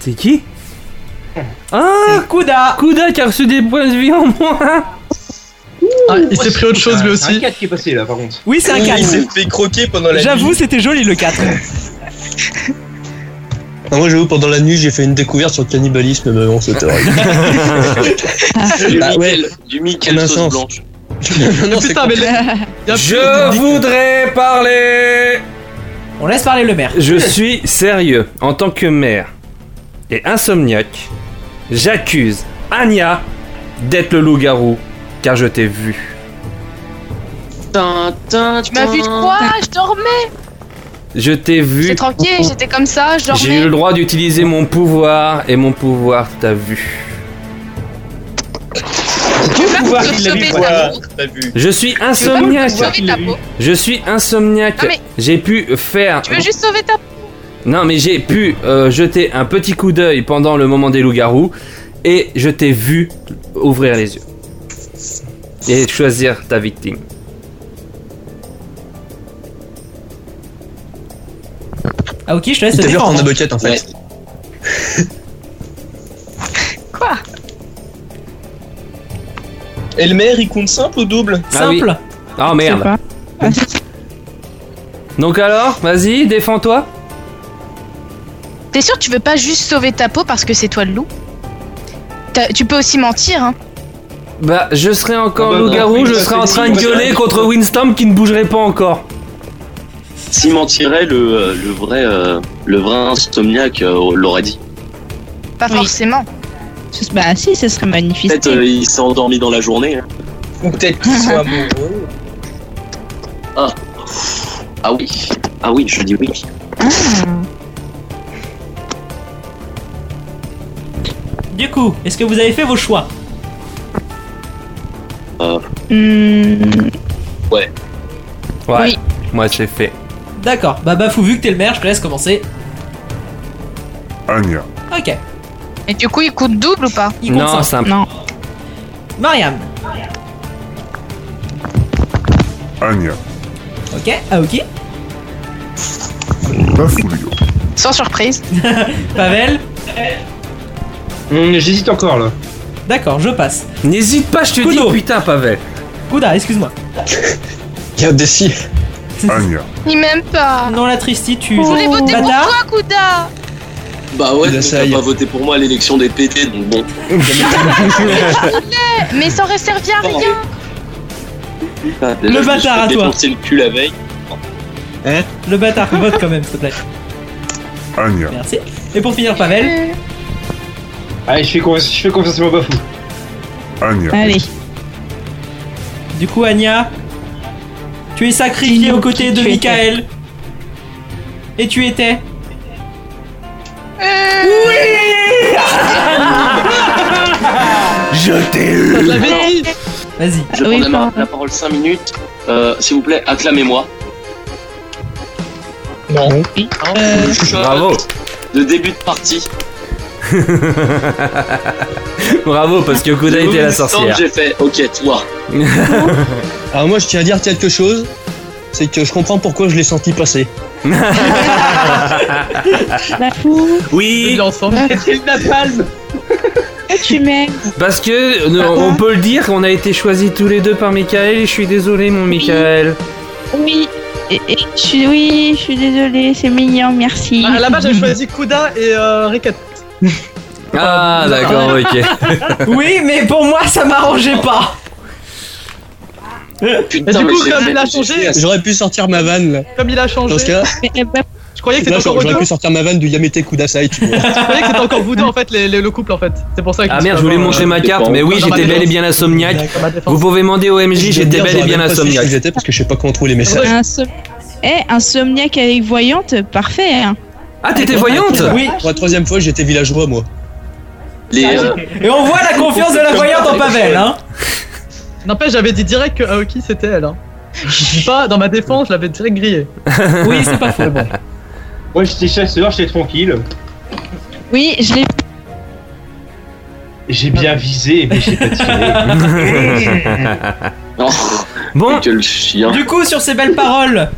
[SPEAKER 6] C'est qui
[SPEAKER 5] Ah Kouda
[SPEAKER 6] Kouda qui a reçu des points de vie en moins
[SPEAKER 9] Ah, il s'est pris autre chose lui
[SPEAKER 11] C'est un
[SPEAKER 9] aussi.
[SPEAKER 11] 4 qui est passé là par contre.
[SPEAKER 5] Oui, c'est un
[SPEAKER 15] Il
[SPEAKER 5] cadre.
[SPEAKER 15] s'est fait croquer pendant la
[SPEAKER 5] J'avoue,
[SPEAKER 15] nuit.
[SPEAKER 5] c'était joli le 4.
[SPEAKER 9] Ah,
[SPEAKER 14] Non, moi, j'avoue, pendant la nuit, j'ai fait une découverte sur le cannibalisme, mais bon, c'était horrible.
[SPEAKER 5] Ah,
[SPEAKER 12] Du
[SPEAKER 14] Bah, ouais.
[SPEAKER 12] Mickaël- Du Mickaël
[SPEAKER 14] On a un
[SPEAKER 12] sauce
[SPEAKER 14] sens.
[SPEAKER 12] blanche.
[SPEAKER 14] non, c'est
[SPEAKER 9] Putain, mais.
[SPEAKER 6] Je voudrais parler
[SPEAKER 5] On laisse parler le maire.
[SPEAKER 6] Je suis sérieux. En tant que maire et insomniaque, j'accuse Anya d'être le loup-garou, car je t'ai vu.
[SPEAKER 7] Tu m'as vu de quoi Je dormais
[SPEAKER 6] Je t'ai vu. Oh.
[SPEAKER 7] J'étais tranquille, j'étais comme ça, je
[SPEAKER 6] J'ai eu le
[SPEAKER 7] dormais.
[SPEAKER 6] droit d'utiliser mon pouvoir et mon pouvoir t'a vu.
[SPEAKER 7] Tu veux pas te sauver ta peau.
[SPEAKER 6] Je suis
[SPEAKER 7] Tu veux pas te
[SPEAKER 6] insomniaque.
[SPEAKER 7] sauver ta peau.
[SPEAKER 6] Je suis insomniaque.
[SPEAKER 7] Non, mais-
[SPEAKER 6] J'ai pu faire.
[SPEAKER 7] Tu veux juste sauver ta peau.
[SPEAKER 6] Non, mais j'ai pu euh, jeter un petit coup d'œil pendant le moment des loups-garous et je t'ai vu ouvrir les yeux et choisir ta victime.
[SPEAKER 5] Ah ok, je te laisse
[SPEAKER 6] Il
[SPEAKER 5] la
[SPEAKER 6] t'a vu
[SPEAKER 5] défense.
[SPEAKER 6] en uppercut, en fait. Ouais.
[SPEAKER 7] Quoi
[SPEAKER 16] Et le maire, il compte simple ou double
[SPEAKER 6] Ah oui. Ah
[SPEAKER 16] Je sais
[SPEAKER 6] merde. Donc alors, vas-y, défends-toi.
[SPEAKER 7] T'es sûr que tu veux pas juste sauver ta peau parce que c'est toi le loup T'as- Tu peux aussi mentir, hein.
[SPEAKER 6] Bah, je serais encore
[SPEAKER 7] Ah bah non,
[SPEAKER 6] loup-garou,
[SPEAKER 7] oui,
[SPEAKER 6] je
[SPEAKER 7] bah,
[SPEAKER 6] serais
[SPEAKER 7] c'est
[SPEAKER 6] en train
[SPEAKER 7] dit,
[SPEAKER 6] de
[SPEAKER 7] bah,
[SPEAKER 6] gueuler
[SPEAKER 7] c'est-
[SPEAKER 6] contre Winston qui ne bougerait pas encore.
[SPEAKER 12] S'il mentirait, le, euh, le vrai, euh, le vrai insomniaque euh, l'aurait dit.
[SPEAKER 7] Pas forcément.
[SPEAKER 1] Bah si, ce serait magnifique.
[SPEAKER 12] Peut-être euh, il s'est endormi dans la journée. hein.
[SPEAKER 16] Ou peut-être qu'il soit amoureux.
[SPEAKER 12] Ah. ah oui, ah oui, je dis oui.
[SPEAKER 5] Du coup, est-ce que vous avez fait vos choix
[SPEAKER 12] Euh,
[SPEAKER 7] Hmm.
[SPEAKER 12] Ouais.
[SPEAKER 6] Ouais. Moi, c'est fait.
[SPEAKER 5] D'accord, bah Bafou, vu que t'es le maire, je te laisse commencer.
[SPEAKER 4] Anya.
[SPEAKER 5] Ok.
[SPEAKER 7] Et du coup, il compte double ou pas
[SPEAKER 5] Il compte Non, simple. simple.
[SPEAKER 7] Non.
[SPEAKER 5] Mariam.
[SPEAKER 4] Anya.
[SPEAKER 5] Ok, Aoki.
[SPEAKER 4] Bafoulio.
[SPEAKER 7] Sans surprise.
[SPEAKER 5] Pavel.
[SPEAKER 11] Hum,
[SPEAKER 6] J'hésite encore là.
[SPEAKER 5] D'accord, je passe.
[SPEAKER 6] N'hésite pas, je te dis putain, Pavel.
[SPEAKER 5] Kouda, excuse-moi.
[SPEAKER 17] Y'a des si.
[SPEAKER 4] Anya.
[SPEAKER 7] Ni même pas.
[SPEAKER 5] Non, la tristitude.
[SPEAKER 7] Je voulais
[SPEAKER 1] Oh,
[SPEAKER 7] voter pour
[SPEAKER 5] Bâtard.
[SPEAKER 7] toi, Kouda.
[SPEAKER 12] Bah ouais, donc t'as pas voté pour moi à l'élection des PD, donc bon.
[SPEAKER 7] Mais- Mais ça aurait servi à rien.
[SPEAKER 12] Ah, déjà,
[SPEAKER 5] Le
[SPEAKER 12] je me suis
[SPEAKER 5] bâtard à
[SPEAKER 12] fait
[SPEAKER 5] toi.
[SPEAKER 12] défoncer le cul la veille.
[SPEAKER 5] Le bâtard, vote quand même, s'il te plaît.
[SPEAKER 4] Anya.
[SPEAKER 5] Merci. Et pour finir, Pavel.
[SPEAKER 11] Allez, je fais confiance, je fais confiance à mon bafou.
[SPEAKER 4] Anya.
[SPEAKER 5] Du coup, Anya, tu es sacrifiée aux côtés de Michael. Et tu étais.
[SPEAKER 7] euh.
[SPEAKER 5] Oui
[SPEAKER 12] Je t'ai eu
[SPEAKER 5] Vas-y.
[SPEAKER 12] Je prends la, mar- la parole 5 minutes. Euh, S'il vous plaît, acclamez-moi.
[SPEAKER 16] Non.
[SPEAKER 6] Bravo.
[SPEAKER 12] De début de partie.
[SPEAKER 6] Bravo, parce que Koda
[SPEAKER 12] Au bout
[SPEAKER 6] était la
[SPEAKER 12] du temps,
[SPEAKER 6] sorcière.
[SPEAKER 12] J'ai fait, ok, toi.
[SPEAKER 9] Alors moi je tiens à dire quelque chose, c'est que je comprends pourquoi je l'ai senti passer.
[SPEAKER 6] Oui.
[SPEAKER 16] C'était le napalm.
[SPEAKER 1] tu m'aimes.
[SPEAKER 6] Parce que euh, on peut le dire, on a été choisis tous les deux par Michael et je suis désolé mon Michael.
[SPEAKER 1] Oui. Et, et je suis, oui, je suis désolée, c'est mignon, merci.
[SPEAKER 18] Ah, là-bas, j'avais choisi Kuda et euh, Ricket.
[SPEAKER 6] Ah d'accord, ok.
[SPEAKER 5] Oui, mais pour moi, ça m'arrangeait pas.
[SPEAKER 18] Mais du coup, comme il a changé,
[SPEAKER 9] J'aurais pu sortir ma vanne là.
[SPEAKER 18] comme il a changé,
[SPEAKER 9] Dans ce cas-là-
[SPEAKER 18] je croyais que c'était
[SPEAKER 9] Là,
[SPEAKER 18] encore
[SPEAKER 9] J'aurais
[SPEAKER 18] Odo.
[SPEAKER 9] pu sortir ma vanne du Yamete Kudasai, tu vois.
[SPEAKER 18] Je croyais que c'était encore Voodoo en fait, les- les- le couple en fait. C'est pour ça que.
[SPEAKER 6] Ah merde, je voulais montrer ma carte, mais oui, j'étais bel et bien l'insomniaque. Vous pouvez demander au MJ, j'étais bel et bien
[SPEAKER 9] insomniaque.
[SPEAKER 6] l'insomniaque.
[SPEAKER 9] J'étais parce que je sais pas comment trouver les messages.
[SPEAKER 1] Insom- Eh, insomniaque avec voyante, parfait. hein.
[SPEAKER 6] Ah, t'étais voyante
[SPEAKER 5] Oui.
[SPEAKER 9] Pour la troisième fois, j'étais villageois, moi.
[SPEAKER 12] Les, euh,
[SPEAKER 5] Et on voit la confiance de la voyante en Pavel, hein.
[SPEAKER 18] N'empêche, j'avais dit direct que Aoki c'était elle. Hein. Je dis pas, dans ma défense, je l'avais direct grillé.
[SPEAKER 5] Oui, c'est pas faux.
[SPEAKER 11] Moi j'étais chasseur, j'étais tranquille.
[SPEAKER 1] Oui, je l'ai
[SPEAKER 11] J'ai bien visé, mais j'ai pas tiré.
[SPEAKER 6] bon.
[SPEAKER 12] Quel chien.
[SPEAKER 5] Du coup, sur ces belles paroles,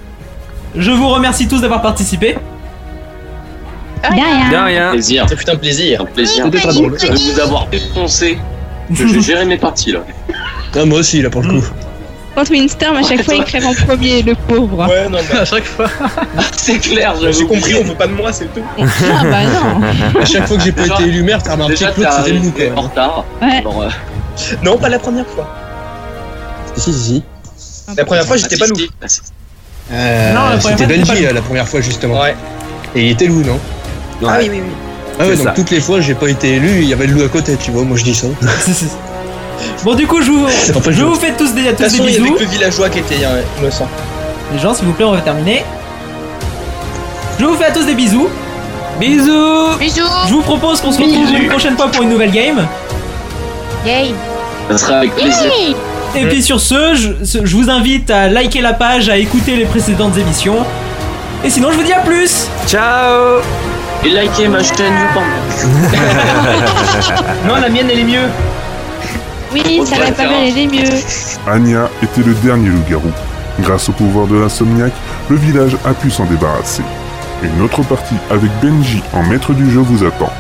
[SPEAKER 5] je vous remercie tous d'avoir participé.
[SPEAKER 12] Bien, rien. Plaisir.
[SPEAKER 16] C'est putain plaisir.
[SPEAKER 12] Un plaisir
[SPEAKER 9] C'était pas drôle.
[SPEAKER 12] de vous avoir défoncé. Je vais gérer mes parties là.
[SPEAKER 9] Ah, moi aussi, là, pour le coup.
[SPEAKER 1] Quand Winston, à chaque fois, il crève en premier, le pauvre.
[SPEAKER 16] Ouais, non, mais
[SPEAKER 18] à chaque fois.
[SPEAKER 12] c'est clair,
[SPEAKER 16] J'ai compris, on veut pas de moi, c'est tout.
[SPEAKER 1] Ah bah non.
[SPEAKER 9] À chaque fois que j'ai pas été élu maire, t'as remarqué
[SPEAKER 16] Déjà,
[SPEAKER 9] que l'autre,
[SPEAKER 16] t'as
[SPEAKER 9] c'était le loup,
[SPEAKER 16] arrivé
[SPEAKER 9] quoi.
[SPEAKER 16] en
[SPEAKER 12] retard. euh,
[SPEAKER 1] Ouais.
[SPEAKER 16] Non, pas la première fois.
[SPEAKER 9] Si, si, si.
[SPEAKER 16] La première fois, j'étais pas loup.
[SPEAKER 9] Euh,
[SPEAKER 16] Non, la première
[SPEAKER 9] c'était
[SPEAKER 16] fois, c'était pas
[SPEAKER 9] Benji, là,
[SPEAKER 16] loup.
[SPEAKER 9] la première fois, justement. Ouais. Et il était loup, non
[SPEAKER 16] Ah oui, oui, oui.
[SPEAKER 9] Ah ouais,
[SPEAKER 16] C'est
[SPEAKER 9] donc
[SPEAKER 16] ça.
[SPEAKER 9] toutes les fois, j'ai pas été élu, il y avait le loup à côté, tu vois, moi je dis ça.
[SPEAKER 5] Bon, du coup, je vous,
[SPEAKER 9] pas
[SPEAKER 5] je
[SPEAKER 9] chaud.
[SPEAKER 5] vous fais tous des, à
[SPEAKER 9] De toute
[SPEAKER 5] tous des
[SPEAKER 9] façon, il y avait
[SPEAKER 5] bisous.
[SPEAKER 9] que le villageois qui était, hein, il me semble.
[SPEAKER 5] Les gens, s'il vous plaît, on va terminer. Je vous fais à tous des bisous. Bisous
[SPEAKER 19] Bisous
[SPEAKER 5] Je vous propose qu'on se retrouve
[SPEAKER 12] Bisous.
[SPEAKER 5] une prochaine fois pour une nouvelle game.
[SPEAKER 19] Yay
[SPEAKER 12] Ça sera avec plaisir.
[SPEAKER 5] Et puis sur ce, je, ce- je vous invite à liker la page, à écouter les précédentes émissions. Et sinon, je vous dis à plus
[SPEAKER 20] Ciao
[SPEAKER 12] Et likez ma chaîne
[SPEAKER 21] YouTube.
[SPEAKER 12] non, la mienne, elle est mieux.
[SPEAKER 7] Oui, ça va pas mal aller mieux.
[SPEAKER 4] Anya était le dernier loup-garou. Grâce au pouvoir de l'insomniaque, le village a pu s'en débarrasser. Une autre partie avec Benji en maître du jeu vous attend.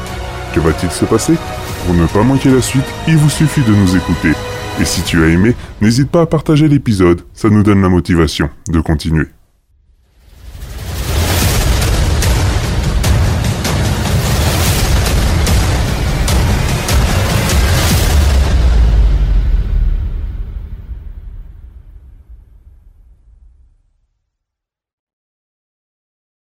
[SPEAKER 4] Que va-t-il se passer Pour ne pas manquer la suite, il vous suffit de nous écouter. Et si tu as aimé, n'hésite pas à partager l'épisode, ça nous donne la motivation de continuer.